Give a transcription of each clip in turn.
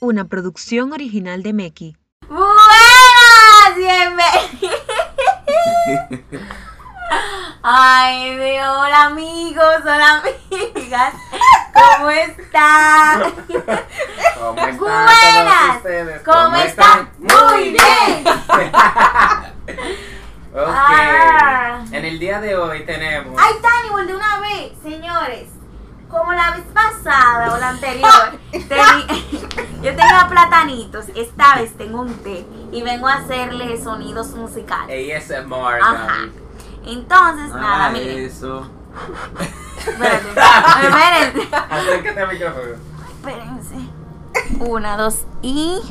Una producción original de Meki. ¡Buenas! Bienvenidos. Ay, de hola amigos, hola amigas. ¿Cómo están? ¿Cómo están Buenas. todos ustedes? ¿Cómo, están? Muy bien. Ok. Ah. En el día de hoy tenemos. Ay, Tannibal, de una vez, señores. Como la vez pasada o la anterior, teni- yo tenía platanitos. Esta vez tengo un té y vengo a hacerle sonidos musicales. ASMR. Ajá. Gaby. Entonces, nada, Ah, miren. eso. Espérate, espérense. Acércate al micrófono. Espérense. Una, dos y.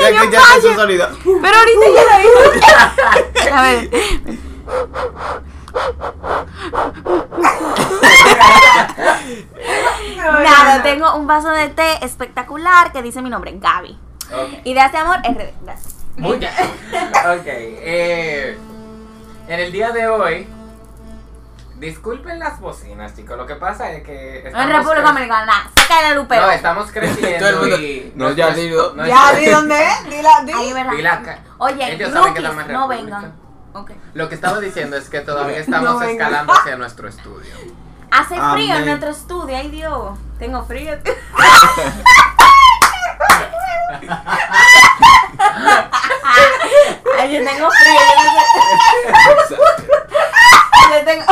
Ya escuchaste su sonido. Pero ahorita ya lo hice. A ver. Nada, tengo un vaso de té espectacular que dice mi nombre, Gaby. Ok. Y de hace amor, RD. Gracias. Muy bien. ok. eh, en el día de hoy. Disculpen las bocinas, chicos. Lo que pasa es que. En estamos República cre- Dominicana, saca la No, lupera. estamos creciendo Todo el mundo, y. no, ya nuestros- digo. Ya, nuestros- di dónde es, di la, di. Ahí, ¿verdad? Y la ca- Oye, Ellos saben que rookies, estamos en no República. vengan. Ok. Lo que estaba diciendo es que todavía No, estamos venga. escalando hacia nuestro estudio. Hace frío en Amén. nuestro estudio, ay Dios. Tengo frío. Ay, yo tengo frío. Yo tengo.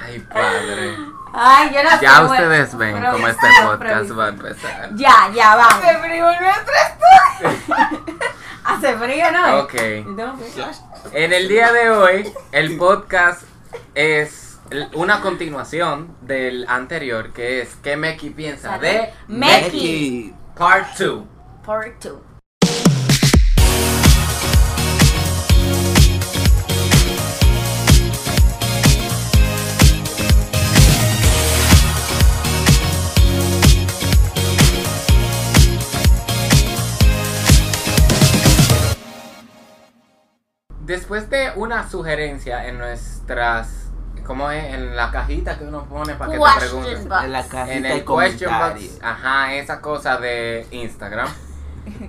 Ay, padre. Ay, yo no sé, Ya bueno, ustedes ven pero cómo ya este está, podcast pero- va a empezar. Ya, ya, vamos. Se frío en nuestro Hace frío, ¿no? Ok. Yo tengo frío. En el día de hoy, el podcast es l- una continuación del anterior, que es ¿Qué Meki piensa de Meki. Part 2? Part 2. Después de una sugerencia en nuestras... ¿Cómo es? En la cajita que uno pone para que te pregunten. Question box. En la cajita en de el question comentarios. box, ajá, esa cosa de Instagram,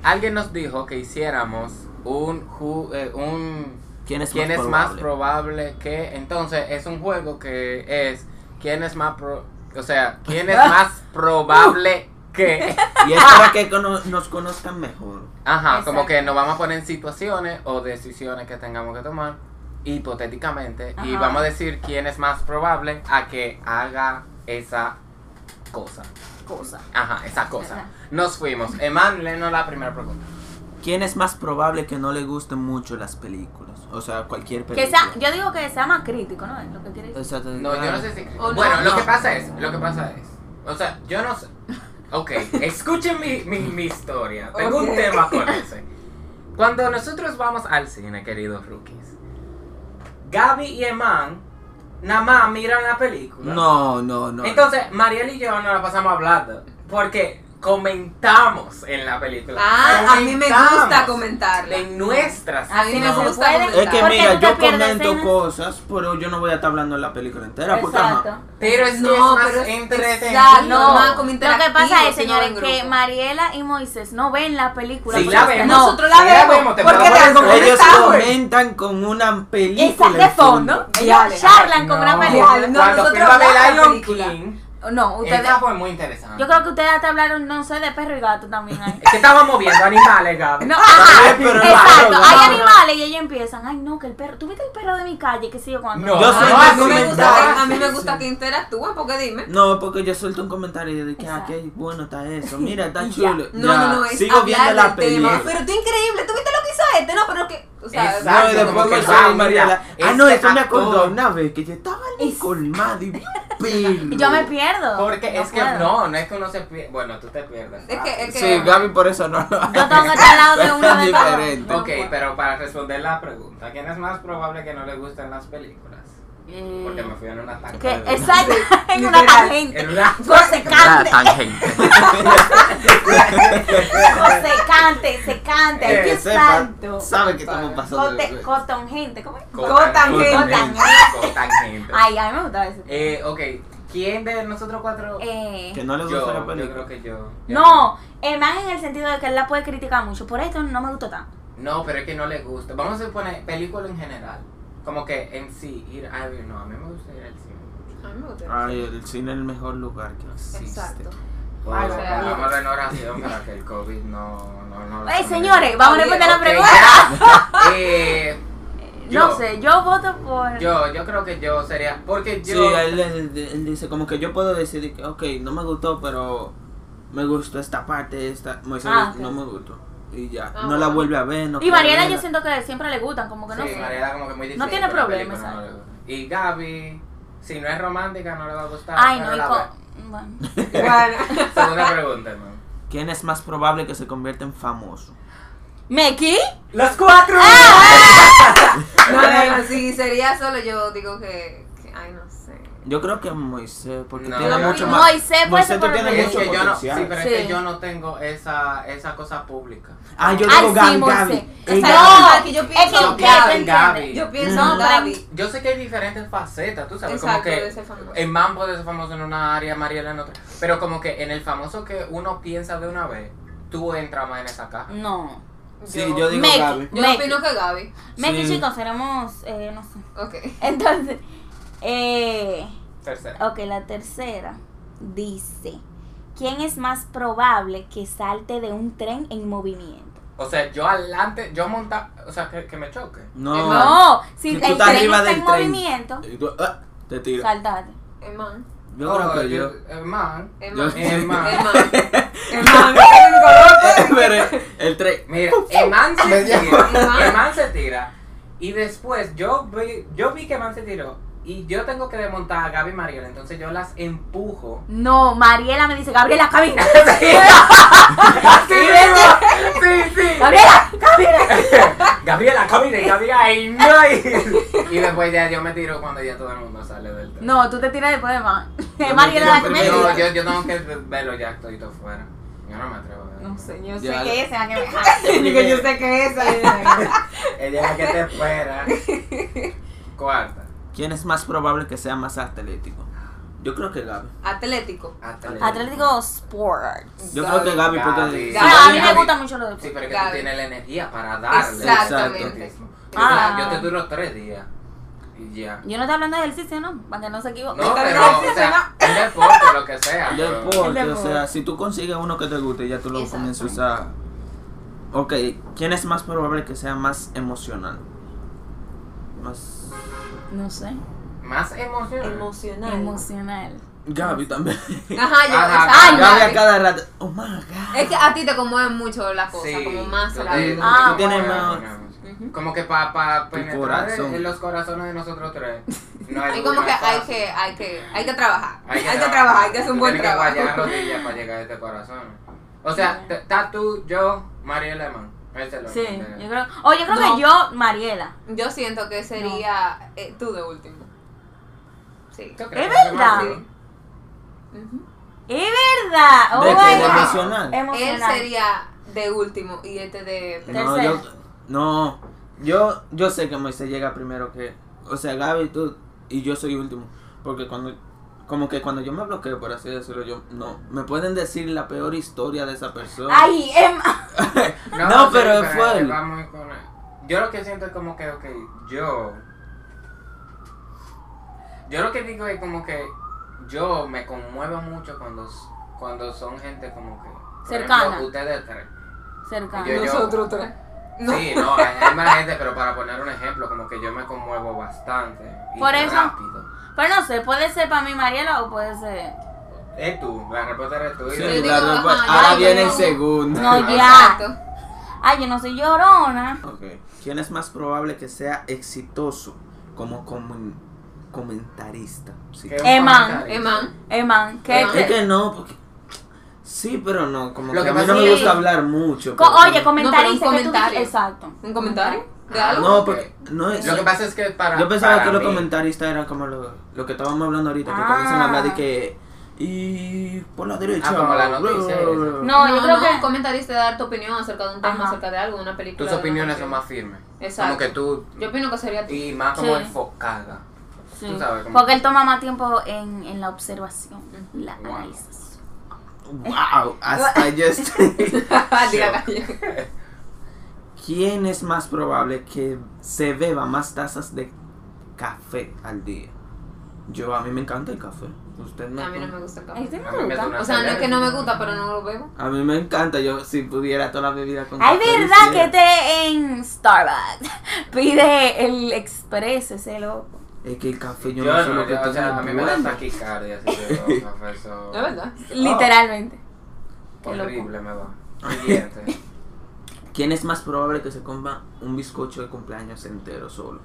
alguien nos dijo que hiciéramos un ju- eh, un ¿Quién es, quién más, es más probable? probable que entonces es un juego que es quién es más pro- o sea, quién es más probable que Y es para que cono- nos conozcan mejor. ajá, Exacto. como que nos vamos a poner en situaciones o decisiones que tengamos que tomar hipotéticamente y Ajá. vamos a decir quién es más probable a que haga esa cosa. Cosa. Ajá, esa cosa. Ajá. Nos fuimos. Eman, léenos la primera pregunta. ¿Quién es más probable que no le gusten mucho las películas? O sea, cualquier Que película. sea, yo digo que sea más crítico, ¿no? Es lo que quiere decir. Exacto. Ah. No, yo no sé si. O no, bueno, lo no. que pasa es, lo que pasa es. O sea, yo no sé. Ok, escuchen mi, mi, mi historia. Tengo un Ok. tema con ese. Cuando nosotros vamos al cine, queridos rookies, Gaby y Eman nada más miran la película. No, no, no. Entonces, Mariel y yo no la pasamos hablando. Porque comentamos en la película. Ah, a mí me Comentamos gusta comentarla. En nuestras A mí me No, gusta puede. comentar. es que ¿Por qué mira, tú te yo pierdes comento escenas? cosas, pero yo no voy a estar hablando en la película entera. Porque, ajá. Exacto. Pero es que No, es más pero es- entretenido. exacto, Ah, No, más lo como que pasa es, interactivo, sino señores, en que grupo. Mariela y Moisés no ven la película. Sí, porque la ustedes- vemos. No, Nosotros la Sí, la vemos, vemos, te porque podemos la decir. comentamos. Ellos comentan con una película. Exacto, de fondo. Diablo. Ellos charlan con gran película. Diablo. No, Cuando nosotros fui a ver hablamos de Lion película. King, No, ustedes. esa fue muy interesante. Yo creo que ustedes hasta hablaron, no sé, de perro y gato también ahí. Es que estábamos viendo animales, Gaby. No, ah, ajá, bien, pero exacto. no, no, Hay no. animales y ellos empiezan. Ay, no, que el perro. ¿Tú viste el perro de mi calle? Que sé yo cuando. No. Yo Ay, soy a, de mí me comentar. gusta, a mí me gusta que interactúen, porque dime. No, porque yo suelto un comentario de que, ah, Exacto. qué bueno está eso. Mira, está Y ya. chulo. No, Ya, no, no, es Sigo viendo hablar la del tema. película. Pero tú increíble, tú viste lo que hizo este, no, pero que, o sea, Exacto. No, y después como que, me wow, sale mira, Mariela. Ah, no, este eso me actor. acordó una vez que yo estaba en el Es- colmado y pelo. Y yo me pierdo. Porque No es que puedo. no, no es que uno se pierde. Bueno, tú te pierdes. Ah. es que, es que Sí, Gaby por eso no lo Yo tengo que estar al lado de uno Es de todos. diferente. Ok, pero para responder la pregunta, ¿quién es más probable que no le gusten las películas? Eh, Porque me fui en una tangente. que, exacto, en una Literal. tangente. En una Secante, tangente. secante, secante. Eh, Dios santo. Sabe que estamos pasando. Cote, cotongente, ¿cómo es? Cotangente. Cotangente. favorito. Ay, a mí me gustaba ese. Eh, ok, ¿quién de nosotros cuatro? Eh, Que no le yo, gusta la yo película. creo que yo. no, eh, más en el sentido de que él la puede criticar mucho. Por esto no me gustó tanto. No, pero es que no le gusta. Vamos a suponer película en general. Como que en sí, ir a ver, no, a mí me gusta ir al cine. A mí me gusta. Ay, el cine es el mejor lugar que existe. Exacto. Bueno, Ay, real. pongámoslo en oración para que el COVID no... no, no Ey, no- señores, vamos a Está bien, responder la Ok, pregunta. ya. Eh, No Yo. sé, yo voto por. yo, yo creo que yo sería... Porque Sí, yo... él, él- él dice como que yo puedo decidir que, ok, no me gustó, pero me gustó esta parte, esta, Moisés, Ah, ok. no me gustó. Y ya, Ah, no la bueno. vuelve a ver, no y quiere Mariela, yo verla. siento que siempre le gustan, como que no sí, sé. Mariela como que muy difícil. No tiene pero la problema, película no exacto. le gusta. Y Gaby, si no es romántica, no le va a gustar. Ay, pero no, y la con. Bueno. Bueno. ve. Segunda pregunta, hermano. ¿Quién es más probable que se convierta en famoso? ¿Meki? ¡Los cuatro! Ah, No, no, no, si sería solo yo digo que, que- ay, no sé. Yo creo que Moisés, porque No, tiene yo- mucho Moisés más. puede ser Moisés, tú por lo tienes Es menos. mucho que yo no, sí, potencial. pero Sí. es que yo no tengo esa, esa cosa pública. Ah, yo Ay, digo sí, Gaby, Moisés. Gaby. O Ey, sea, Gaby. no, aquí yo pienso es en que Gaby. entiende. Gaby. Yo pienso No, en para Gaby. mí- Yo sé que hay diferentes facetas, tú sabes, Exacto, como que de ser famoso. el man puede ser famoso en una área, Mariela en otra, pero como que en el famoso que uno piensa de una vez, tú entras más en esa caja. No. Sí, yo digo Meg. Gaby. Yo Meg. opino que Gaby. Meki, Sí. chicos, éramos. Eh, no sé. Ok. Entonces. Eh, Tercera. ok, la tercera. Dice: ¿Quién es más probable que salte de un tren en movimiento? O sea, yo adelante, yo monta, o sea, que, que me choque. No. No, si Ah, Si el tú tren estás arriba está en del tren. movimiento, Y tú, ah, te tiro. saltate. El man. Yo creo que yo. Oh, El man. El Yo- man. El man. El man. El man. Pero el tren. Mira, el man se Me tira. llamo. El man se tira. Y después yo vi, yo vi que el man se tiró. Y yo tengo que desmontar a Gaby y Mariela. Entonces yo las empujo. No, Mariela me dice: Gabriela, cabina. ¡Así mismo. Sí, sí. Gabriela, cabina. Gabriela, Gabriela, Gabriela, ay, no. Y y después ya yo me tiro cuando ya todo el mundo sale del tren. No, tú te tiras después de más. me Mariela, tiro la que me primero. tira. No, yo, yo tengo que verlo ya estoy todo fuera. Yo no me atrevo a verlo. No sé, yo sé Ya. que ese va a que me Digo, yo sé que es esa. Ella es la que te fuera. Cuarta. ¿Quién es más probable que sea más atlético? Yo creo que Gaby. Atlético. Atlético. Atlético Sports. Yo creo que Gaby, porque. Gaby. No, a mí me gusta mucho lo Sí, de pero es que Gaby. tú tienes la energía para darle. Exactamente. Exacto. Ah. Yo te duro tres días. Y ya. Yo no estoy hablando de ejercicio, ¿no? Para que no se equivoque. No, pero, también o sea, un deporte, lo que sea. El pero- deporte, El o sea, si tú consigues uno que te guste, ya tú lo Exacto. comienzas a usar. Ok, ¿quién es más probable que sea más emocional? Más. No sé. Más emocional. Emocional. Emocional. Gaby también. Ajá, yo. Ajá, esa- Gaby. Gaby a Gaby. cada rato. Oh my god. Es que a ti te conmueven mucho las cosas, Sí, como más tú a la te- vez. tú Ah, te- bueno. Ujú. Como que para pa Tu penetrar en- corazón. en los corazones de nosotros tres. No Es hay como una que hay, fácil. que hay que hay que trabajar. Hay que, tra- trabajar, hay que hacer un buen Tienes trabajo. que guayar rodillas para llegar a este corazón. O sea, te- estás tú, yo, Mario Lemon. Ese es lo Sí, que- yo creo. O yo creo No. que yo, Mariela. Yo siento que sería eh, tú de último. Sí. ¿Tú crees Es que se verdad. llama así? Ujú. Es verdad. Oh ¿De qué? my ¿De wow. God. emocional? Él Emocional. sería de último y este de. No, Tercero. yo. No, yo, yo sé que Moisés llega primero que. O sea, Gaby, tú. Y yo soy último. Porque cuando. Como que cuando yo me bloqueo, por así decirlo, yo. No. Me pueden decir la peor historia de esa persona. Ay, em... No, No, sí, pero fue él él. va muy con- Yo lo que siento es como que, ok, yo. Yo lo que digo es como que yo me conmuevo mucho cuando, s- cuando son gente como que. por Cercana. ejemplo, ustedes tres. cercano. Yo- Nosotros tres. No. Sí, no, hay, hay más gente, pero para poner un ejemplo, como que yo me conmuevo bastante. Y Por eso- rápido. Pero no sé, puede ser para mí Mariela o puede ser. Es tú, la respuesta eres tú. y Sí, yo- digo, la respuesta- ajá, ahora yo viene el digo- segundo. No, ya. Exacto. Ay, yo no soy llorona. Ok. ¿Quién es más probable que sea exitoso como comun- comentarista? Sí. que un Eman, comentario. Eman. Eman, ¿qué Eman. Es te- que no, porque... Sí, pero no, como Lo que que a mí pasa es no me que- gusta hablar mucho. Co- porque- Oye, comentarista. No, pero un ¿qué tú- comentario. Exacto. ¿Un comentario? ¿De Ah, algo? No, porque... No es... Lo que pasa es que para. Yo pensaba para que los mí- comentaristas eran como lo, lo que estábamos hablando ahorita, que Ah. comienzan a hablar de que... Y... Por la derecha... Ah, como la bla, noticia esa. bla, bla". No, yo creo un que. comentarista de dar tu opinión acerca de un tema, Ajá. acerca de algo, de una película. Tus de una opiniones son canción. más firmes. Exacto. Como que tú. Yo opino que sería tú. Y más como Sí. enfocada. Sí. Tú sabes cómo- Porque él toma más tiempo en, en la observación y la Wow. análisis. Wow, hasta yo estoy. Diga, ¿Quién es más probable que se beba más tazas de café al día? Yo, a mí me encanta el café. Usted no. A mí no me gusta el Ay, café. sí me A mí me da gusta. una O sea, no es que acelera. no me gusta, pero no lo bebo. A mí me encanta. Yo, si pudiera toda la bebida con Ay, café, lo verdad que hiciera. te en Starbucks pide el expreso, ese loco. Es que el café yo, Yo no sé no, lo que yo, o tú sea, a mí me da bueno. taquicardia, así que no, profesor. Es verdad. Literalmente. Qué loco. Horrible me va. Siguiente. ¿Quién es más probable que se coma un bizcocho de cumpleaños entero solo?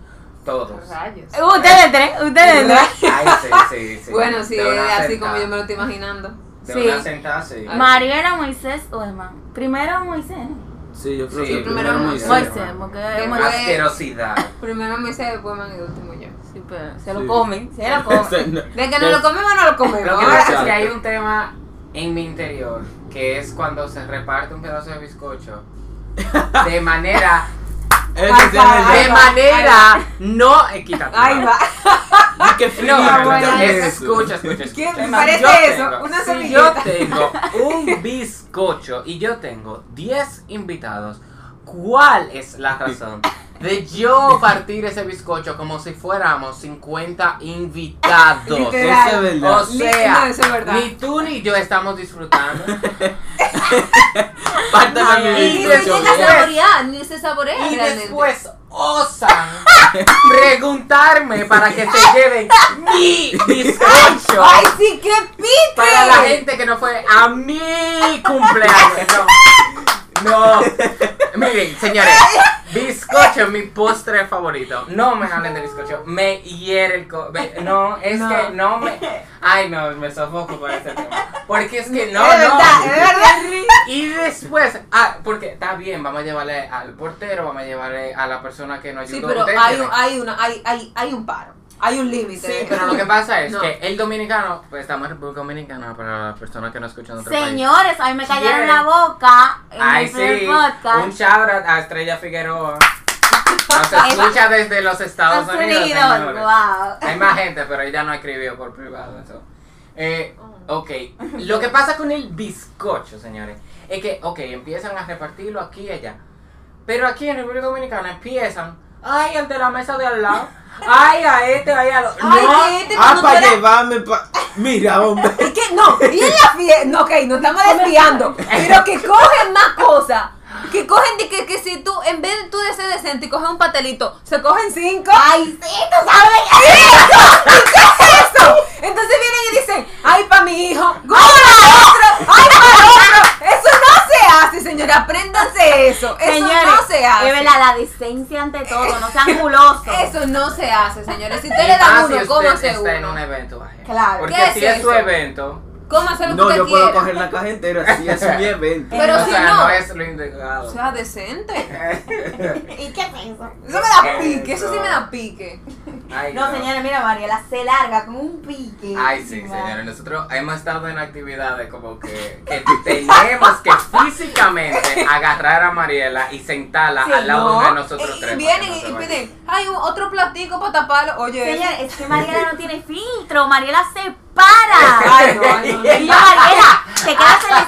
Todos. Rayos. Ustedes tres, ustedes tres. Ay, sí, sí, sí. Eh, Bueno, sí, De es una así sentada. como yo Ah, me lo estoy imaginando. De Sí. una sentada, sí. Ay. Mario era Moisés o Emma. Primero Moisés, ¿no? Sí, yo creo Sí, que primero primero Moisés. Moisés. Moisés, porque Después- Moisés Asquerosidad. Primero me hice después man y de último yo. sí, pero se lo Sí. comen, se lo Oh. comen. De que no lo comemos, no lo Lo comemos. que pasa es Exacto. que hay un tema en mi interior que es cuando se reparte un pedazo de bizcocho de manera Eso sí es verdad. Ay, de va, manera no equitativa. Ay, va. Y que No, frío, pero bueno, también. es- escucha, escucha, ¿Qué escucha. parece Yo eso? tengo- Una si yo servilleta. tengo un bizcocho y yo tengo 10 invitados, ¿cuál es la razón de yo partir ese bizcocho como si fuéramos 50 invitados? Literal. Eso es verdad. O sea, No, eso es verdad. ni tú ni yo estamos disfrutando. Pártame mi Ay, Y Y Oh, bizcocho, no llega a después- ¿verdad? saborear, ni se saborea Y realmente. después osan preguntarme para que se lleven mi bizcocho. ¡Ay, sí, qué pique! Para la gente que no fue a mi cumpleaños. No. No. Miren, señores. Bizcocho es mi postre favorito. No me hablen de bizcocho. Me hiere el co me- No, es No. que no me. Ay, no, me sofoco con este tema. Porque es que no, es no. verdad, es verdad. Y después, ah, porque está bien, vamos a llevarle al portero, vamos a llevarle a la persona que nos ayudó. Sí, pero Ustedes hay tienen- un, hay, una, hay, hay, hay un paro. Hay un límite. Sí, pero lo que pasa es No. que el dominicano, pues estamos en República Dominicana para las personas que no escuchan otro país. Señores, ay me callaron Quieren. la boca en Ay, el sí. podcast. Un shout out a Estrella Figueroa. Nos escucha desde los Estados Estados Unidos. Unidos, señores. wow. Hay más gente, pero ella no escribió por privado eso. Eh, Oh. ok, lo que pasa con el bizcocho, señores, es que, ok, empiezan a repartirlo aquí y allá. Pero aquí en República Dominicana empiezan, ay, al de la mesa de al lado, ay, a este, ay, a los. Ay, no, que este Ah, cuando tú para eras- llevarme pa- Mira, hombre. Es que no, y en la fiesta. No, ok, nos estamos desviando. Pero que cogen más cosas. Que cogen de que, que si tú, en vez de tú de ser decente y coges un pastelito, se cogen cinco. ¡Ay, sí, tú sabes! ¿Qué es eso? Entonces vienen y dicen, ¡ay, para mi hijo! ¡Ay, para otro! ¡Ay, para otro! Eso no se hace, señora. Apréndanse eso. Eso Señores, no se hace. es verdad, la decencia ante todo, no sean culosos. Eso no se hace, señores. Si usted y le da más si uno, Ah, usted cómase está en un uno. evento ajeno. Claro, Porque ¿qué si es es su eso? evento, Cómase lo que No, usted yo puedo quiera. coger la caja entera. Si es mi evento. Pero o si sea, no- es lo indicado. Sea decente. ¿Y qué pienso? Eso me da pique, eso sí me da pique. Ay, No, señores, mira, Mariela se larga con un pique. Ay, sí, Wow. señores. Nosotros hemos estado en actividades como que, que tenemos que físicamente agarrar a Mariela y sentarla Sí, al lado no. de nosotros Y- tres. para Y vienen que no y, se y vaya. piden, hay un, otro platico para taparlo. Oye, Señor, es que Mariela no tiene filtro, Mariela se para. Ay, no, ay, no, no. Y yo, Mariela, te quedas en la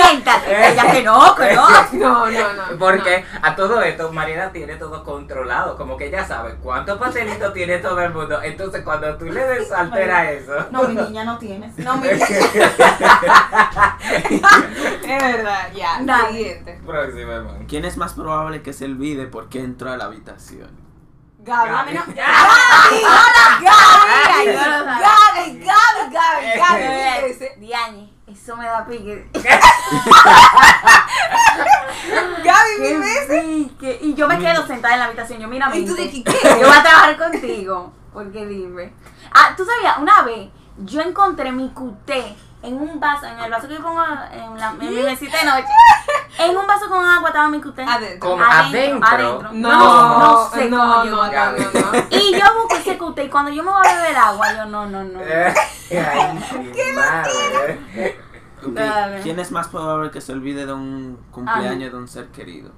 esquina, siéntate. Ella que no, que no. no, no, no. Porque a todo esto Mariela tiene todo controlado, como que ella sabe cuántos pastelitos tiene todo el mundo. Entonces cuando tú le desalteras eso, No, mi niña no tienes. No, no mi Es verdad, ya. Dale. Siguiente. próximo hermano. ¿Quién es más probable que se olvide por qué entró a la habitación? Gaby. Gaby. Gaby. Hola, Gaby. Ay, yo no sabía. Gaby, Gaby, Gaby, Gaby. Ese- Diane, eso me da pique. Gaby, mil veces. Pique. Y yo me quedo sentada en la habitación. Yo, mira, Mm. Y tú mente. de que, ¿qué? Yo voy a trabajar contigo, porque dime. Ah, tú sabías, una vez yo encontré mi cuté en un vaso, en el vaso que yo pongo en, la, en mi mesita de noche. En un vaso con agua estaba mi cuté. Adentro. Como adentro. adentro. adentro. No, no, no, sé no, cómo no, llegó. no, Gaby. no, no. Y yo busqué ese cuté y cuando yo me voy a beber agua, yo no, no, no. Eh. ¿Qué madre. Ok, Dale. ¿Quién es más probable que se olvide de un cumpleaños de un ser querido?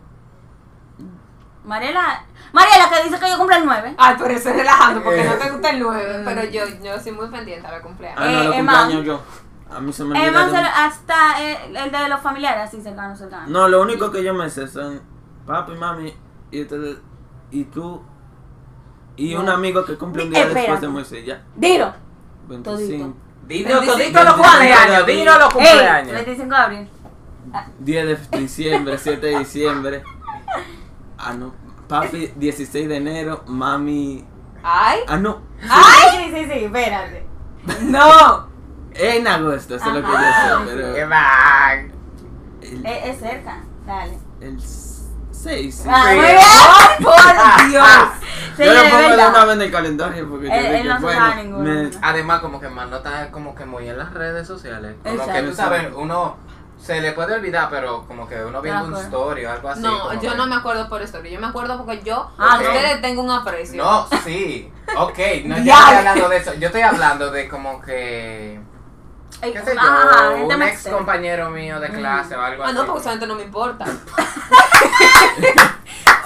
Mariela, Mariela que dice que yo cumplo el 9. Ay, pero eso es relajando porque no te gusta el 9. Pero yo, yo soy muy pendiente a los cumpleaños. Ah, no, Eh, los Emma. cumpleaños yo. A mí se me Es olvida más, de- el- hasta el, el de los familiares, así cercano, cercano. No, lo único que yo me sé son papi, mami y ustedes- y tú y un amigo que cumple un día Espérate. después de Moisés ya. Dilo. 25. Dino, Bendice- todito los cumpleaños, dino los Ey, cumpleaños. 25 de abril. 10 de diciembre, 7 de diciembre. Ah, no. Papi, 16 de enero. Mami. Ay, Ah, no. ¡Ay! Sí, sí, sí, espérate. no. Eh, En agosto, eso es lo que yo sé. Pero va? el, Es, es cerca, dale. el 6. Ah, sí. Ah, muy bien. ¡Oh, por Dios! Yo lo Señores, pongo de ¿verdad? una vez en el calendario porque yo Él- dije, él no se bueno, sabe ninguno. me- Además, como que Mando está como que muy en las redes sociales. Como que Exacto. tú sabes, uno se le puede olvidar, pero como que uno viendo De un acuerdo. story o algo así. No, como yo que- no me acuerdo por eso. Yo me acuerdo porque yo Ah, a no. ustedes tengo un aprecio. No, sí. Ok, no yo no Ya. estoy hablando de eso. Yo estoy hablando de como que. Ey, ¿Qué sé yo? ajá, gente un más ex cerca. compañero mío de clase o algo Ah, así. no, porque solamente no me importa.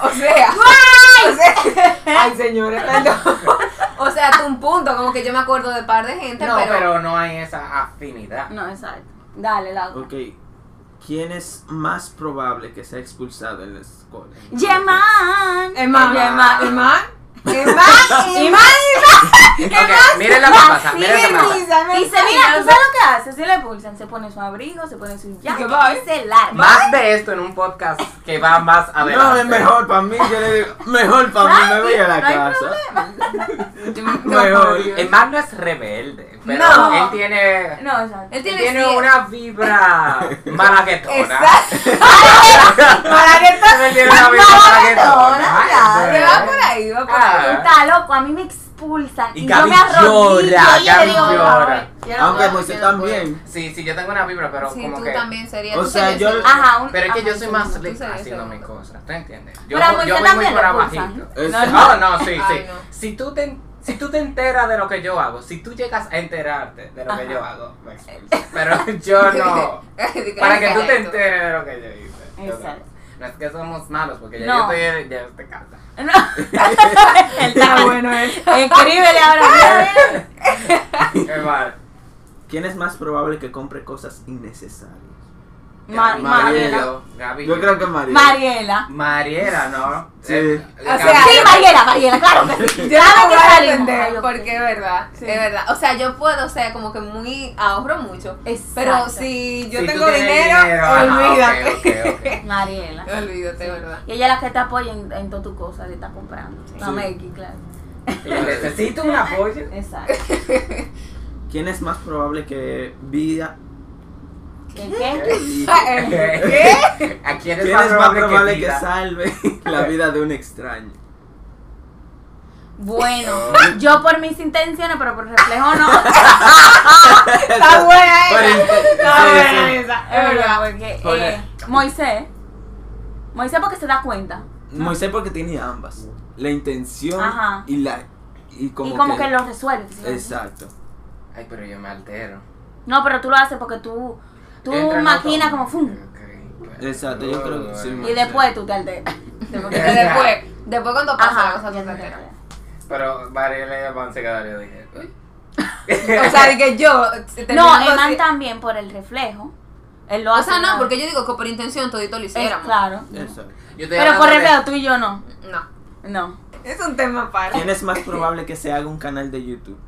o sea. o sea- Ay, señores, perdón. o sea, hasta un punto, como que yo me acuerdo de par de gente, No, pero, Mm. pero no hay esa afinidad. No, exacto. Dale, la otra. Ah, Ok. ¿Quién es más probable que sea expulsado en la escuela? Yeman. Emma, Emma, Emma, Emma, Emma, Ok, miren la papasa, miren la Emma. papasa. Y se mira, ¿tú sabes lo que hace? Se le pulsan, se pone su abrigo, se pone su qué jacket va, eh? y se larga. Más de esto en un podcast que va más adelante. No, es mejor para mí, yo le digo, mejor para mí, me voy a la No hay casa. No, Mejor. El Magno es rebelde, pero No. él tiene, No, exacto. Él él tiene, tiene cien- una vibra malaguetona. Exacto. Malaguetona. Él tiene una vibra malaguetona. Malaguetona, claro. Se va por ahí, va por ahí. Ah. Está loco, a mí me expulsan. Y Y, yo Gaby me arrodillo llora, y le digo, Gaby llora. "Ay, yo no Aunque puedo". Moisés yo no puedo. también. Sí, sí, yo tengo una vibra, pero Sí, como tú que... también serías. O tú sea, serías yo- el- Ajá, un, Pero es que ajá, yo un soy más segundo, tú light serías haciendo mis segundo. cosas, ¿te entiendes? Yo, Pero a voy- Moisés yo voy muy también por le abajito. Es- No, no, sí, Ay, sí. no. Si tú te... Si tú te enteras de lo que yo hago, si tú llegas a enterarte de lo que Ajá. yo hago, me expulsas. Pero yo no. Para que tú te enteres de lo que yo hice. Yo Exacto. No no es que somos malos, porque ya No. yo estoy ya te casa. No. Está bueno eso. eh. Escríbele ahora. Es mal. ¿Quién es más probable que compre cosas innecesarias? Ma- Ma- Mariela. Gaby. Yo creo que María. Mariela. Mariela, ¿no? Sí. Eh, O Gaby. sea, Sí, Mariela, Mariela, claro que sí. Yo no Claro voy que a salimos. Ay, entender, ok. porque es verdad, Sí. es verdad. O sea, yo puedo, o sea, como que muy ahorro mucho. Exacto. Pero si yo Si tú tengo tienes dinero, ajá, olvídate. ok, ok, ok. Mariela. Olvídate, ¿verdad? Y ella es la que te apoya en, en todas tus cosas que estás comprando. La Sí. Maggie, claro. Necesito un apoyo. Exacto. ¿Quién es más probable que vida? ¿Qué? ¿Qué? ¿A quién es ¿Quién más probable que, que, pida? salve la vida de un extraño? Bueno, yo por mis intenciones, pero por reflejo no. Está buena Pero- esa. Está sí, buena sí. esa. Es verdad, güey. porque Oye. eh, Moisés, Moisés porque se da cuenta. Moisés porque tiene ambas. La intención Ajá. y la... Y como, y como que, lo resuelve. ¿sí? Exacto. Ay, pero yo me altero. No, pero tú lo haces porque tú, tú Entra en maquinas como automático. fum. Ok, bueno. Exacto, yo creo que sí, Bueno. Y después tú te alteras. Y Después, después cuando pasa la cosa ya te se entera. entera. Pero Mariela y Avance Galerio dije, uy. O sea, de que yo. si te No, digo Eman así- también por el reflejo. Él lo O hace. sea, no, nada. porque yo digo que por intención todito lo Es, hiciéramos. claro. Exacto. Yo Pero estoy por hablando de- reflejo, tú y yo no. No. No. Es un tema para. ¿Quién es más probable que se haga un canal de YouTube?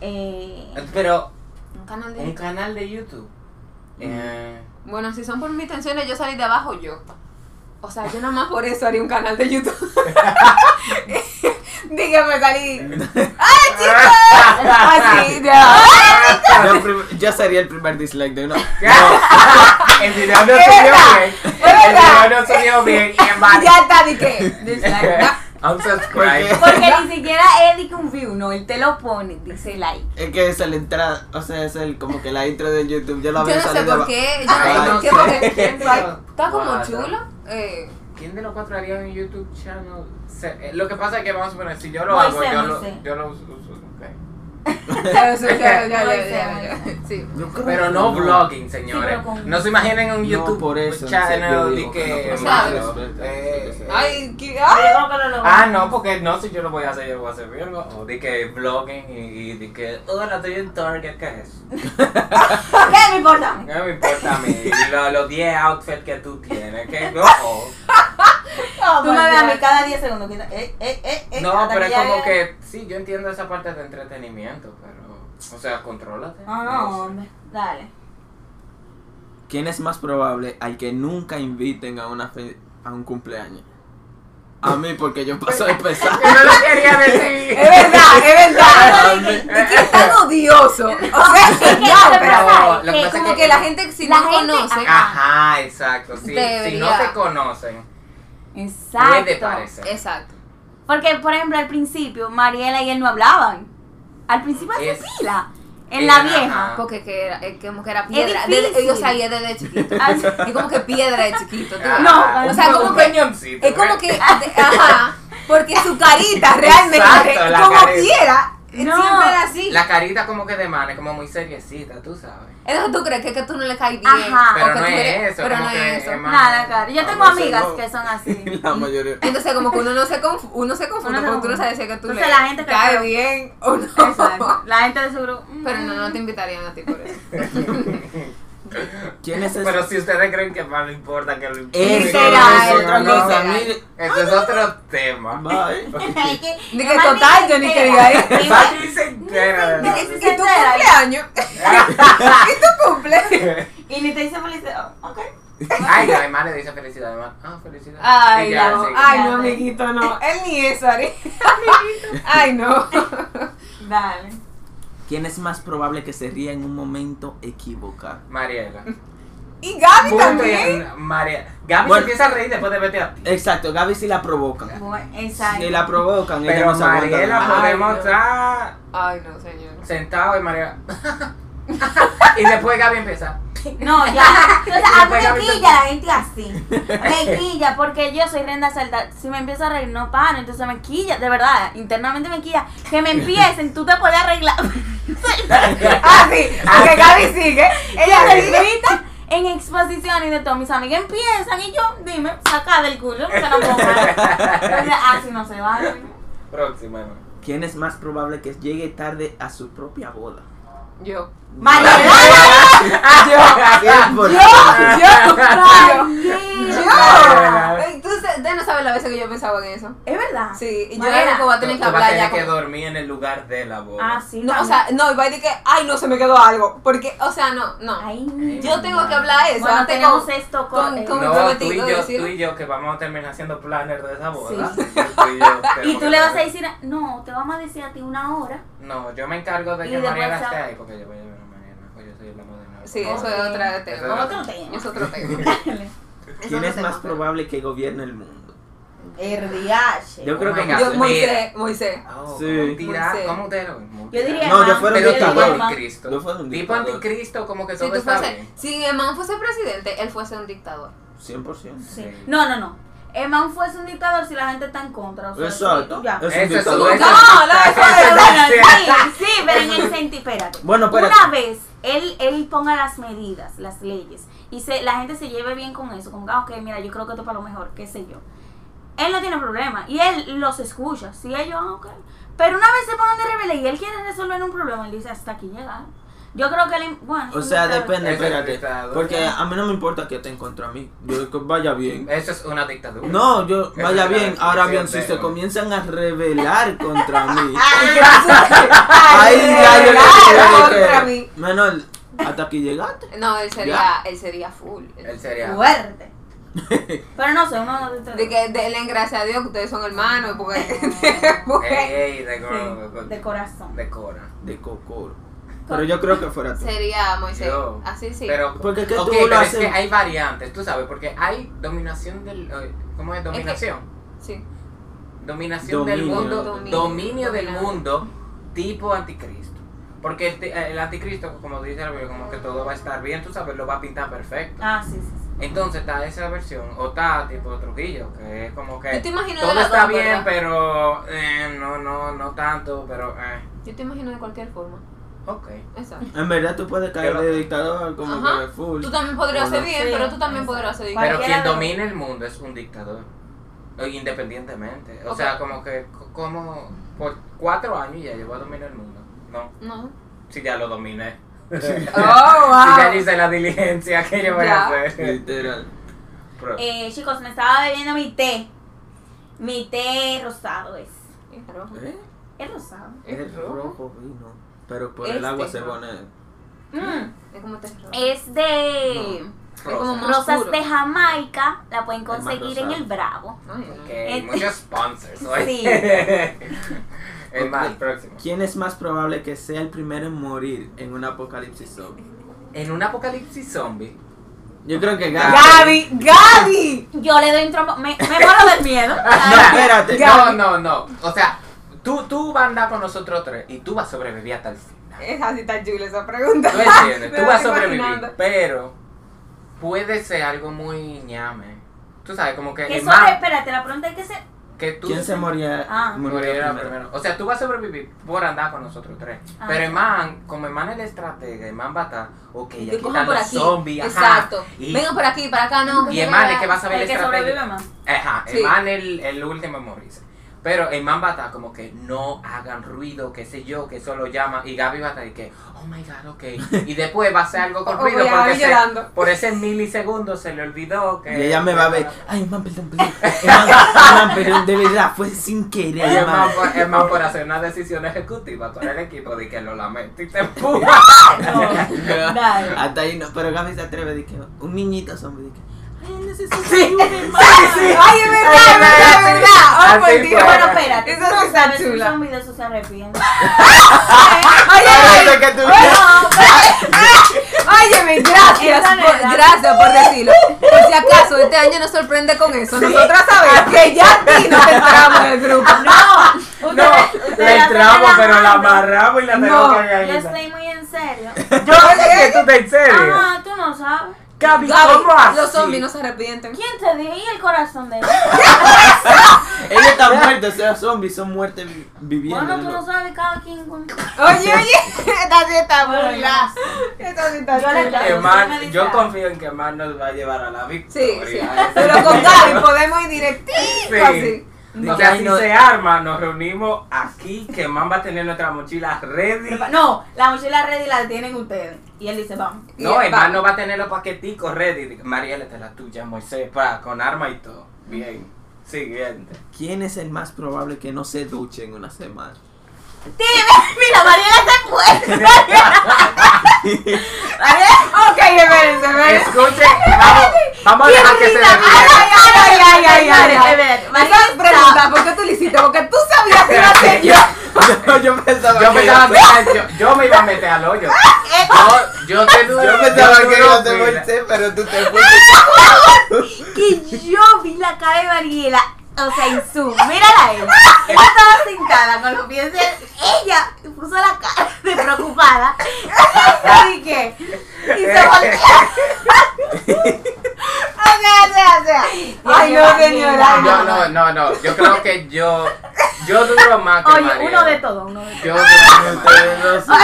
Eh, Pero Un canal un de. canal de YouTube. Eh, Bueno, si son por mis intenciones, yo salí de abajo yo. O sea, yo nada más por eso haría un canal de YouTube. Dígame, salí así. de abajo. Yo, prim- yo sería el primer dislike de uno. El video no salió bien. El verdad. video no salió bien. y es malo. Ya está, di que. Unsubscribe. porque ni siquiera es de que un view, no, él te lo pone, dice like. Es que esa es la entrada, o sea, es el, como que la intro de YouTube. Yo la Yo veo no sé salir de por abajo. Ay, qué. Yo Ah, no no sé sé. por qué. porque- Está como Guarda. chulo. Eh, ¿Quién de los cuatro haría un YouTube channel? Se- eh, lo que pasa es que vamos a poner, si yo lo Moisés, hago, yo Moisés. lo, yo lo uso. uso, ok. Ya, ya, ya, ya, ya, ya, ya. Sí. Yo creo Pero que no vlogging, señores. Sí, pero con- No se imaginen un No, YouTube por eso, yo channel digo de que no, que. pero malo, no, pero- eh, Ay, qué. Yo Ay. creo que lo logró. Ah, no, porque no, si yo lo voy a hacer, yo voy a hacer virgo. O de que vlogging y, y de que, hola, estoy en Target, ¿qué es eso? ¿Qué me importa? No me importa a mí. y lo- los 10 outfits que tú tienes, que oh. ojo. Tú me ves a mí cada 10 segundos. quita- Eh, eh, eh, eh, Oh, No, hasta pero es ya como llega- que, sí, yo entiendo esa parte de entretenimiento, pero, o sea, contrólate. Ah, Ah, No, sé. no, hombre. Dale. ¿Quién es más probable al que nunca inviten a una fe- a un cumpleaños? A mí porque yo paso de pesar. Yo no lo quería decir. Es verdad, es verdad. A mí- Es que es tan odioso. O sea, es que lo que pero. pasa es lo que pasa Como que la gente, si La no gente- ah. conoce. Ajá, exacto. Sí, si no Debería. te conocen, puede Exacto. parecer. Exacto. Porque, por ejemplo, al principio Mariela y él no hablaban. Al principio hace Es- pila. En es- la ajá. vieja. Porque que era, eh, que como que era piedra. Es De- difícil. yo salía desde chiquito. Ay. Es como que piedra de chiquito. tú. Ah, No, o sea, un- como un que- peñoncito, Es como ¿eh? que. Ajá. Porque su carita realmente. Exacto, la como carita. quiera. Siempre era así. La carita como que de man, es como muy seriecita, tú sabes. Entonces tú crees que, que tú no le caes bien. Ajá. o Pero que no tú es eres- eso, Pero como no que es eso. es más- Nada, cara. Yo A tengo veces amigas no. que son así. La mayoría. Entonces como que uno no se confunde, uno se confunde Uno se porque tú confunde. no sabes si es que tú Entonces le la gente que cae creo- bien o no. Exacto. La gente de su grupo. mm, Pero no, no te invitarían a ti por eso. ¿Quién es ese? Pero si ustedes creen que más no importa que lo Eso Literal. es otra No, cosa. Literal. Mire, Eso es otro tema. bye. es que- Ni que no, más total, ni yo ni entera. quería ir. Ni más- Fanny se entera de No, ¿Y sí, tu sí, entera. cumpleaños? ¿Y tu cumpleaños? Y ni te dice felicidad. Oh, ok. Ay, no, además le dice felicidad, además. Ah, felicidad. Ay, Y ya, no. sigue. Ay, no, amiguito, no. Él ni eso haría. Ay, no. Dale. ¿Quién es más probable que se ría en un momento equivocado? Mariela. Y Gaby Punto y también. en- Mariela. Gaby se Bueno. empieza a reír después de verte a ti. Exacto, Gaby si la provocan. Bueno, Si exacto. la provocan, ella Pero no se aguanta Mariela nada. Ay, podemos no. estar Ay, no, señor. sentados y Mariela. y después Gaby empieza. No, ya. Entonces, a Después mí me Gaby quilla la gente así. Me quilla porque yo soy renda celta. Si me empiezo a reír, no paro. Entonces me quilla, de verdad. Internamente me quilla. Que me empiecen, tú te puedes arreglar. Ah, sí. Porque Gaby sigue. Ella Ella se me sigue. grita en exposiciones y de todo. Mis amigas empiezan y yo, dime, saca del culo, que no puedo más. Entonces, así no se va. Próxima, ¿no? ¿Quién es más probable que llegue tarde a su propia boda? Yo. Mariela, Por- ¡Yo! Ey, Tú se- usted no sabes la veces que yo pensaba en eso. es verdad. Sí, y yo Mariela. era como va a tener Tú que vas a hablar ya. tener que como- dormir en el lugar de la boda. Ah, sí. No, o también. sea, no, iba a decir que, ay, no, se me quedó algo. Porque, o sea, no, no. Ay, yo tengo que hablar eso. Bueno, antes tenemos con- esto con- con. eh, con- No, tú comprometido y, yo, decir- tú y yo que vamos a terminar haciendo planner de esa boda. Sí. Tú y, yo Y tenemos tú que le vas a hacer- decir, no, te vamos a decir a ti una hora. No, yo me encargo de Y que después Mariana se- esté ahí porque yo voy a llevar a Mariana. o Yo soy Oh, el amo de Mariana. Sí, Ok. eso es otro Eso es tema. Otro tema. Es otro tema. Es ¿Quién otro es tema, más pero- probable que gobierne el mundo? RDH. Yo creo Oh que my God. Yo, Moisés. Moisés, Moisés. Oh, Sí. como un tira- Moisés. ¿Cómo ustedes lo ven? Yo diría. No, yo Juan, fuera yo Pero un diría tipo dictador. Juan. anticristo. Yo fuera un tipo dictador. anticristo, como que Si, todo tú está fuese, bien. si Emán fuese presidente, él fuese un dictador. 100%. Sí. No, no, no. Emma fuese un dictador si la gente está en contra. O sea, Exacto. Ya. Es Eso un es dictador. eso. No, no, eso es- Bueno, sí, Exacto. sí, pero en el sentido, espérate. Bueno, espérate. Una vez él, él ponga las medidas, las leyes, y se, la gente se lleve bien con eso, como que, ah, ok, mira, yo creo que esto es para lo mejor, qué sé yo. Él no tiene problema, y él los escucha, si ellos, ah, ok. Pero una vez se pongan de rebelde y él quiere resolver un problema, él dice, hasta aquí llegar. Yo creo que él, bueno. O sea, no sé. depende, Eso es espérate. dictador. Porque a mí no me importa que estén contra mí. Yo que vaya bien. Eso es una dictadura. No, Esa yo vaya Pues, es la bien. Ahora bien, si definición se de- comienzan a rebelar contra mí. Ay, Ahí ya yo le claro, digo de contra que, mí. Menor, hasta aquí llegaste. No, él sería, él sería full. Él sería. Fuerte. Pero no sé, uno de De que denle gracias a Dios que ustedes son hermanos, porque... Eh, porque Ey, ey, de, Sí, de corazón. de cora. De cocoro. Pero yo creo que fuera tú. sería Moisés. Yo. Así sí. Pero, Porque es que Ok, tú lo pero es haces- que hay variantes, tú sabes, porque hay dominación del. eh, ¿Cómo es? Dominación. sí. Dominación del Dominio. mundo. Dominio. Dominio, del Dominante. mundo tipo anticristo. Porque el, ti- el anticristo, como dice la Biblia, como que todo va a estar bien, tú sabes, lo va a pintar perfecto. Ah, sí, sí. sí. Entonces está esa versión, o está tipo Trujillo, que es como que Yo te imagino de eh, todo las está dos, bien, ¿verdad? pero eh, no, no, no tanto, pero eh, Yo te imagino de cualquier forma. ok. Exacto. En verdad tú puedes caer Pero- de dictador como Ajá. que full. Tú también podrías Bueno. ser bien, Sí. pero tú también podrías ser bien. Pero Cualquiera quien de los- domina el mundo es un dictador, o independientemente. O Ok. sea, como que, co- como por cuatro años ya yo voy a dominar el mundo. No, No. si ya lo dominé. Oh, Si ya hice la diligencia que yo voy Ya. a hacer. Literal. Pero- Eh, chicos, me estaba bebiendo mi té. Mi té rosado es. ¿Eh? Es rosado. Es rojo vino. Pero por el Este agua se rojo. pone. Mm, Es como te Es de Es como más rosas oscuro. de Jamaica. La pueden Es más conseguir en rosado. el Bravo. Ay, no. Ok, Este- muchos sponsors hoy. Sí. es más, Ok. próximo. ¿Quién es más probable que sea el primero en morir en un apocalipsis zombie? En un apocalipsis zombie. Yo creo que Gaby. ¡Gaby! ¡Gabi! Yo le doy un trompo. Me, me muero del miedo. Ah, No, espérate. No, no, no. O sea, tú, tú vas a andar con nosotros tres y tú vas a sobrevivir hasta el final. Es así tan chula esa pregunta. Tú entiendes, Me tú la vas a estoy sobrevivir. imaginando. Pero puede ser algo muy ñame. Tú sabes, como que Que es sobre, más espérate, la pregunta es que se. que tú ¿Quién se moría, Ah. murió muriera primero? primero. O sea, tú vas a sobrevivir por andar con nosotros tres. Ah. Pero el man, como el man es el estratega, el man va a estar, ok, Y ya que cojan quitan por los aquí. zombies, ajá. Exacto. Y- Vengan por aquí, para acá, no. Y el man es que va a saber la El que estrategia. sobrevive más. Ajá, Sí. el man el, el último en morirse. Pero el man va a estar como que no hagan ruido, qué sé yo, que solo llama. Y Gaby va a estar de que, oh my god, ok. Y después va a hacer algo con O- o ruido voy a porque Gaby se- llorando. por ese milisegundo se le olvidó que. Y ella me va a ver. Ay, man, perdón, perdón. Man, man, perdón, de verdad, fue sin querer, El man. man, por, el man por hacer una decisión ejecutiva con el equipo de que lo lamento y te empuja. Dale. Hasta ahí no, pero Gaby se atreve de que un niñito zombie de que. Ay, necesito Sí. un hermano. ¡Ay, es verdad, es verdad, es verdad! ¡Oh, Así por fue. Dios! Bueno, espérate. Eso tú no sí está sabes, chula. Un zombie de eso se arrepiente. Óyeme, Parece que tú- óyeme, gracias, Esa por, verdad. gracias por decirlo. Por si acaso este año nos sorprende con eso, nosotras sabemos que ya a ti no te entramos del grupo. No, No, la entramos, pero la amarramos y la tenemos No, Yo que realizar. estoy muy en serio. Yo sé que tú te en serio. Ah, tú no sabes. Gaby, ¿cómo Gaby, así? los zombies no se arrepienten. ¿Quién te dio y el corazón de él? Ellos están muertos, o sea, zombies son muertes vi- viviendo. Bueno, tú ¿no? no sabes cada quien. con- Oye, oye, esta sí está Bueno, ya. burla. Esta sí está Yo le- chula. Que Claro, Man- usted me dice yo algo. confío en que Man nos va a llevar a la Sí, victoria. sí. Ese Pero es con el Gaby tema. podemos ir directito Sí. así. O sea, si se arma, nos reunimos aquí, que Man va a tener nuestra mochila ready. No, la mochila ready la tienen ustedes. Y él dice, vamos. No, Y el va. Man no va a tener los paqueticos ready. María, esta es la tuya, Moisés, pa, con arma y todo. Bien. Siguiente. ¿Quién es el más probable que no se duche en una semana? Mira, Mariela está fuerte. Ok, espérense, espérense. Escuchen, vamos, vamos a dejar que se Ay, defina. ay, ay, ay, ay, ay. Espérate, Esa Mariela pregunta, ¿por qué tú le hiciste? Porque tú sabías que iba a ser yo. yo, yo pensaba Yo que pensaba iba que yo, yo me iba a meter al hoyo. Yo, yo te a duro. ser- yo pensaba te que duro, iba a ser mira. Moisés, pero tú te fuiste. que yo vi la cara de Mariela. O sea, en su, mírala a ella. Ella estaba sentada con los pies de ella. y Puso la cara de preocupada. ¿Y qué? Y se volteó. O sea, o sea, o sea. Ay, no, señora. ay, No, no, no, no. Yo creo que yo. Yo duro más que Oye, Mariela. uno de todo, uno de todo. Yo duro más que Mariela. Ustedes dos-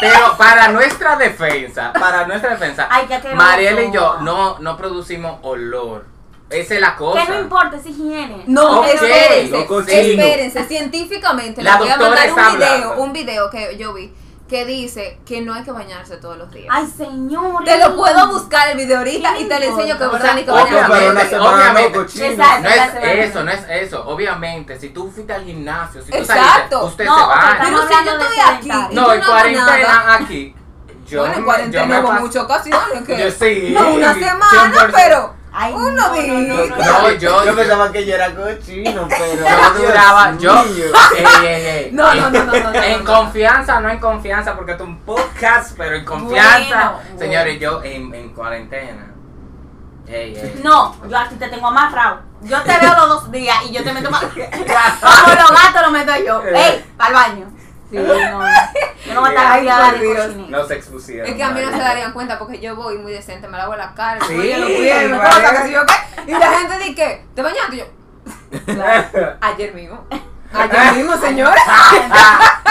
Pero para nuestra defensa, para nuestra defensa, Ay, ya que Mariela y hermoso. yo no, no producimos olor. Esa es la cosa. Que no importa, es higiene. No, Ok, espérense, lo cochino. espérense, científicamente, les La voy a doctora mandar un está video, hablando. un video que yo vi, que dice que no hay que bañarse todos los días. Ay, señor. te lo puedo buscar el video ahorita y te lo enseño que O es verdad sea, ni que obvio, bañarse. Pero una Obviamente, semana no obviamente. cochino. Exacto. No Ya es se va a eso, bañar. no es eso. Obviamente, si tú fuiste al gimnasio, si tú saliste, Exacto. usted No, se ok, va. Pero Estamos si yo hablando de estoy aquí, sedentario. y No, yo en hago nada. cuarentena aquí. Yo bueno, en me- cuarentena yo me hubo pas- muchas ocasiones que... Yo sí. No, una semana, 100%. pero Ay, uno no, no, día. no, no, no. No, yo- yo pensaba que yo era cochino, pero. Yo Dios duraba, yo. eh, mío. Ey, ey, ey. No, no, no, no, no, no, eh, En no. confianza, no en confianza, porque tú un podcast, pero en confianza. Bueno, Señores, yo en, en cuarentena. Ey, ey. No, yo aquí te tengo amarrado. Yo te veo los dos días y yo te meto más. Como los gatos los meto yo. ¡Ey! Para el baño. Sí, no. Yo no voy a estar Ay, rodeada por de Dios. cochinero. Nos expusieron. Es que a mí no se María. darían cuenta porque yo voy muy decente, me lavo la cara, Sí, me voy a los pies, me toco, ¿verdad? que sé yo qué. Y la gente dice que, ¿te bañaste? Y yo, ayer mismo. Ayer mismo, señores.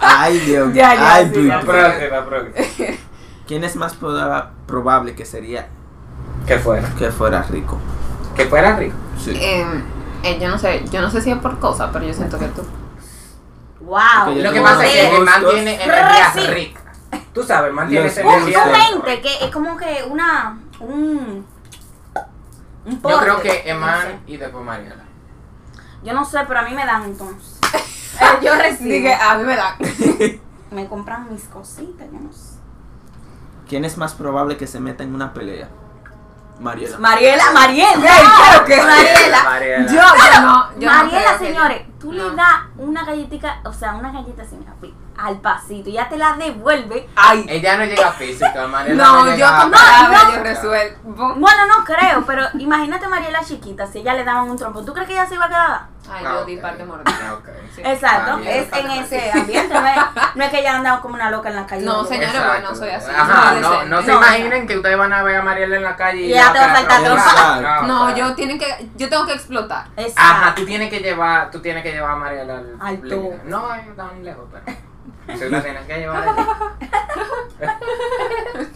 Ay, Dios. Ya, ya, Ay, sí, Dios. La próxima, próxima. ¿Quién es más proba- probable que sería Que fuera. que fuera rico? Que fuera rico. Sí. Eh, eh, yo no sé, yo no sé si es por cosa, pero yo siento que tú. Wow. Yo Lo que tengo pasa es unos que él gustos. mantiene energía Reci- rica. Tú sabes, mantiene Los esa un, energía un Gustos. mente que es como que una un un Yo porte. creo que No sé. Eman y después Mariela. Yo no sé, pero a mí me dan entonces. Eh, yo recibo. Dije, a mí me da. Me compran mis cositas, yo no sé. ¿Quién es más probable que se meta en una pelea? Mariela. Mariela, Mariela. claro que Mariela. Yo, yo no. Yo no Mariela, creo que- señores, tú No. le das una galletita, o sea, una galleta sin café al pasito, y ya te la devuelve. Ay. Ella no llega física, Mariela. No, yo llega Ah, con no, palabras no. yo resuelvo. Bueno, no creo, pero imagínate a Mariela chiquita, si ella le daban un trompo, ¿tú crees que ella se iba a quedar? Ay, Ah, yo di ok. parte mordida. Ah, ok. Sí. Exacto, Ah, es en bien. ese ambiente, no es, no es que ella andaba como una loca en la calle. No, Luego. señor. Señores, Exacto. bueno, soy así, Ajá, no, soy decente. no se No, imaginen que ustedes van a ver a Mariela en la calle y Y ya te va a atrás, faltar tropa. no, No, no. yo tienen que, yo tengo que explotar. Exacto. ah, Ajá, tú tienes que llevar, tú tienes que llevar a Mariela al Al límite. tope. No es tan lejos, pero. Tú la tienes que llevar allí.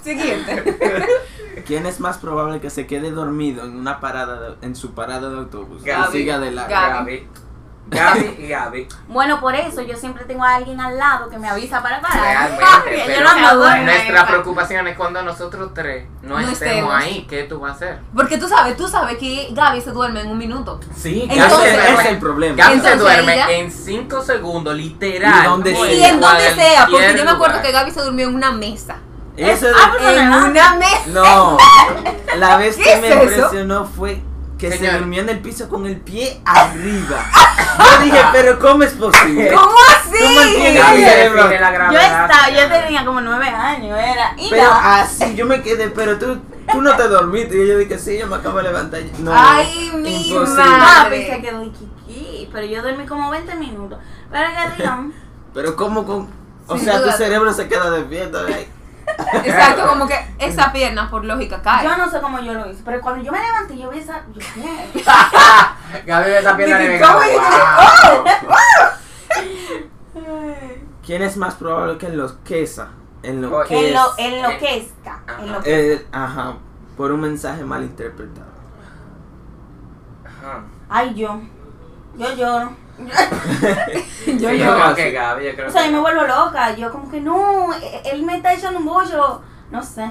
Siguiente. ¿Quién es más probable que se quede dormido en una parada de- en su parada de autobús? Gaby. Y siga adelante. Gaby. Gaby. Gaby y Gaby. Bueno, por eso yo siempre tengo a alguien al lado que me avisa para parar. Realmente. yo pero no ando duerme. nuestra preocupación es cuando nosotros tres no, No estemos estemos. ahí. ¿Qué tú vas a hacer? Porque tú sabes, tú sabes que Gaby se duerme en un minuto. Sí, Gaby Entonces- se ese duerme. es el problema. Gaby se Entonces, duerme ella- en 5 segundos, literal. ¿Y dónde Bueno, sea? Y en donde cualquier sea, porque yo me acuerdo lugar. que Gaby se durmió en una mesa. Eso de- Ah, pero- En una mesa. No. La vez ¿Qué que me es eso? impresionó fue que Señor. se durmió en el piso con el pie arriba. Yo dije, pero ¿cómo es posible? ¿Cómo ¿Cómo así? entiendes? Gaby Sí. se define la Yo gravedad. estaba, yo tenía como nueve años, era. Y Pero la- así yo me quedé, pero tú, tú no te dormiste. Y yo dije, sí, yo me acabo de levantar. No, Ay, mi Pues madre. papi se quedó y kiki, pero yo dormí como 20 minutos. Pero que digan, Pero ¿cómo con...? O Sin sea, duda. tu cerebro se queda despierto. ¿eh? Exacto, como que esa pierna por lógica cae. yo no sé cómo yo lo hice, pero cuando yo me levanté, yo vi esa. Yo, ¿qué? Gaby ve esa pierna de Dije, mi ¿cómo? ¡Oh! cara, Y yo "Wow". ¿Quién es más probable que enloqueza? Enloqueza. En lo, enloquezca. Ajá. enloquezca. Eh, ajá, por un mensaje mal interpretado. Ajá. Ay, yo. Yo lloro. Sí, Yo no creo lo que sé. Gaby, yo creo O sea, yo me que. vuelvo loca. Yo, como que no, eh, él me está echando un bollo. No sé.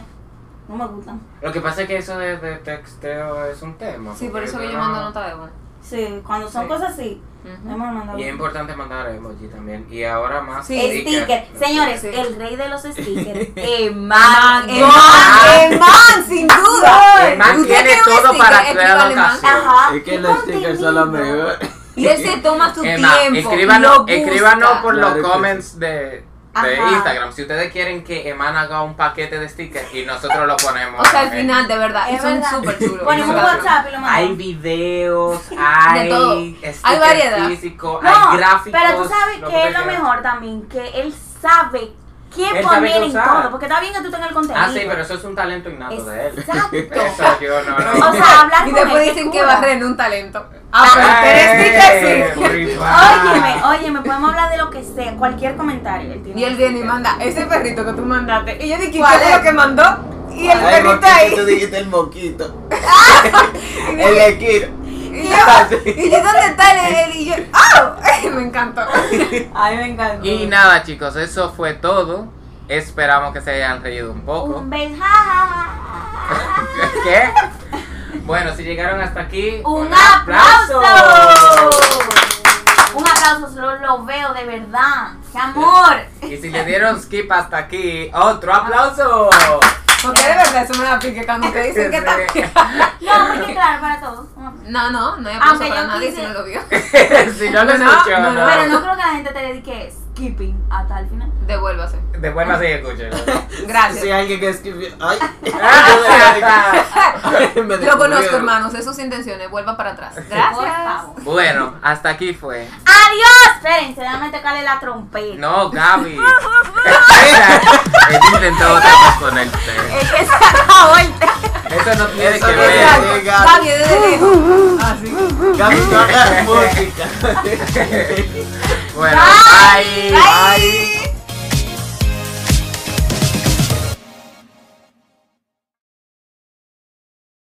No me gustan. Lo que pasa es que eso de, de texteo es un tema. Sí, por porque eso tú que yo no- mando nota de voz. Sí, cuando son Sí. cosas así, me Ujú. mandado. Y es importante mandar emoji también. Y ahora más. Sí. Sticker. Señores, Sí. el rey de los stickers. Eman, Eman. Eman, Eman, sin duda. Eman Usted tiene quiere un todo para sticker, crear escríbale, Eman. ocasión. Ajá. Es que Ah, qué los stickers son los contenido. mejores. Y él se toma su Emma, tiempo. escríbanos, lo escríbanos busca. por Claro que los sí. comments de, de Ajá. Instagram. Si ustedes quieren que Eman haga un paquete de stickers y nosotros lo ponemos. O sea, al en- final, de verdad, Es es un verdad. súper chulo. Ponemos Eso. WhatsApp y lo Hay mandamos. videos, hay todo. stickers Hay variedad. físicos, no, hay gráficos. pero tú sabes lo que es quieras. lo mejor también, que él sabe qué Él sabe poner qué en usar. todo, porque está bien que tú tengas el contenido. Ah, sí, pero eso es un talento innato de él. Exacto. Eso yo no lo- O sea, hablar Y con después él te dicen que cura. barren un talento. Ah, pero ¡Ay, tres stickers sí. boricua! Óyeme, óyeme, podemos hablar de lo que sea, cualquier comentario. él tiene Y él un viene y sticker. manda ese perrito que tú mandaste. Y yo dije, ¿qué ¿Cuál fue es? lo que mandó? Y el Ay, perrito moquito, ahí. Tú dijiste el moquito. el equino. Y yo, y yo, ¿dónde está él? él? Y yo, ¡ah! Me encantó. Ay, me encanta. Y nada, chicos, eso fue todo. Esperamos que se hayan reído un poco. Un beso. ja, ja, ja, ja. ¿Qué? Bueno, si llegaron hasta aquí, Un aplauso. Un aplauso, solo lo veo de verdad. ¡Qué amor! Y si le dieron skip hasta aquí, otro aplauso. Porque de verdad eso me da pique cuando te dicen que está. No, porque claro, para todos. Un aplauso. No, no, no hay aplauso Aunque para yo nadie si quise- no lo vio. si no lo No, escuchó, no, no. no. Pero no creo que la gente te dedique skipping hasta el final. Devuélvase. Devuélvase y escúchelo. Gracias. Si alguien que escribe. ¡Ay! Me Lo conozco, descubrieron. hermanos. Es sus intenciones. Vuelva para atrás. Por Gracias. favor. Bueno, hasta aquí fue. ¡Adiós! Espérense, déjame tocarle la trompeta. No, Gaby. Espera. He intentado otra vez con el té. Es que se acabó el tema. Eso no tiene Eso que no ver. tiene Gaby, Gaby, desde lejos. Gaby, no hagas música. Bueno, Bye. bye. Ay.